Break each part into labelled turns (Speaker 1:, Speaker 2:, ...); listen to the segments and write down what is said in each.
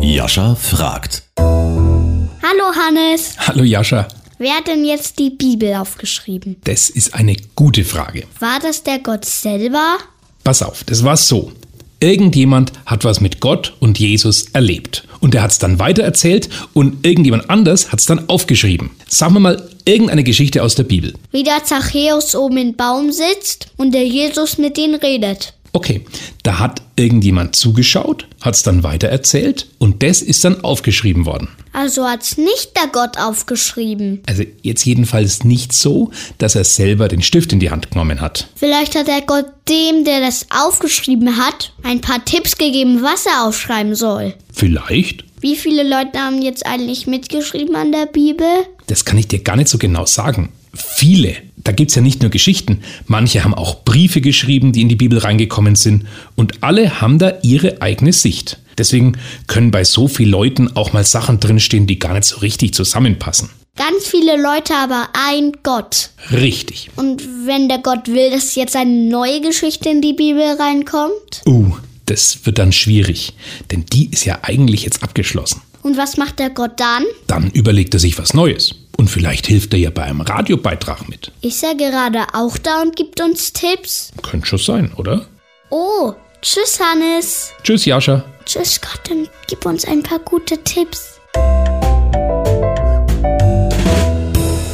Speaker 1: Jascha fragt.
Speaker 2: Hallo Hannes,
Speaker 3: Hallo Jascha,
Speaker 2: wer hat denn jetzt die Bibel aufgeschrieben?
Speaker 3: das ist eine gute Frage.
Speaker 2: War das der Gott selber?
Speaker 3: Pass auf, das war so. Irgendjemand hat was mit Gott und Jesus erlebt. Und der hat es dann weitererzählt und irgendjemand anders hat es dann aufgeschrieben. Sagen wir mal irgendeine Geschichte aus der Bibel.
Speaker 2: Wie der Zachäus oben im Baum sitzt und der Jesus mit ihm redet.
Speaker 3: Okay, da hat irgendjemand zugeschaut, hat es dann weitererzählt und das ist dann aufgeschrieben worden.
Speaker 2: Also hat's nicht der Gott aufgeschrieben.
Speaker 3: Also jetzt jedenfalls nicht so, dass er selber den Stift in die Hand genommen hat.
Speaker 2: Vielleicht hat der Gott dem, der das aufgeschrieben hat, ein paar Tipps gegeben, was er aufschreiben soll.
Speaker 3: Vielleicht?
Speaker 2: Wie viele Leute haben jetzt eigentlich mitgeschrieben an der Bibel?
Speaker 3: Das kann ich dir gar nicht so genau sagen. Viele. Da gibt es ja nicht nur Geschichten. Manche haben auch Briefe geschrieben, die in die Bibel reingekommen sind. Und alle haben da ihre eigene Sicht. Deswegen können bei so vielen Leuten auch mal Sachen drinstehen, die gar nicht so richtig zusammenpassen.
Speaker 2: Ganz viele Leute, aber ein Gott.
Speaker 3: Richtig.
Speaker 2: Und wenn der Gott will, dass jetzt eine neue Geschichte in die Bibel reinkommt?
Speaker 3: Uh, das wird dann schwierig. Denn die ist ja eigentlich jetzt abgeschlossen.
Speaker 2: Und was macht der Gott dann?
Speaker 3: Dann überlegt er sich was Neues. Und vielleicht hilft er ja bei einem Radiobeitrag mit.
Speaker 2: Ist er gerade auch da und gibt uns Tipps?
Speaker 3: Könnte schon sein, oder?
Speaker 2: Oh, tschüss Hannes.
Speaker 3: Tschüss, Jascha.
Speaker 2: Tschüss Gott und gib uns ein paar gute Tipps.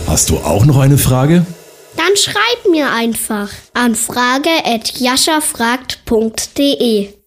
Speaker 1: Hast du auch noch eine Frage?
Speaker 2: Dann schreib mir einfach an frage@jaschafragt.de.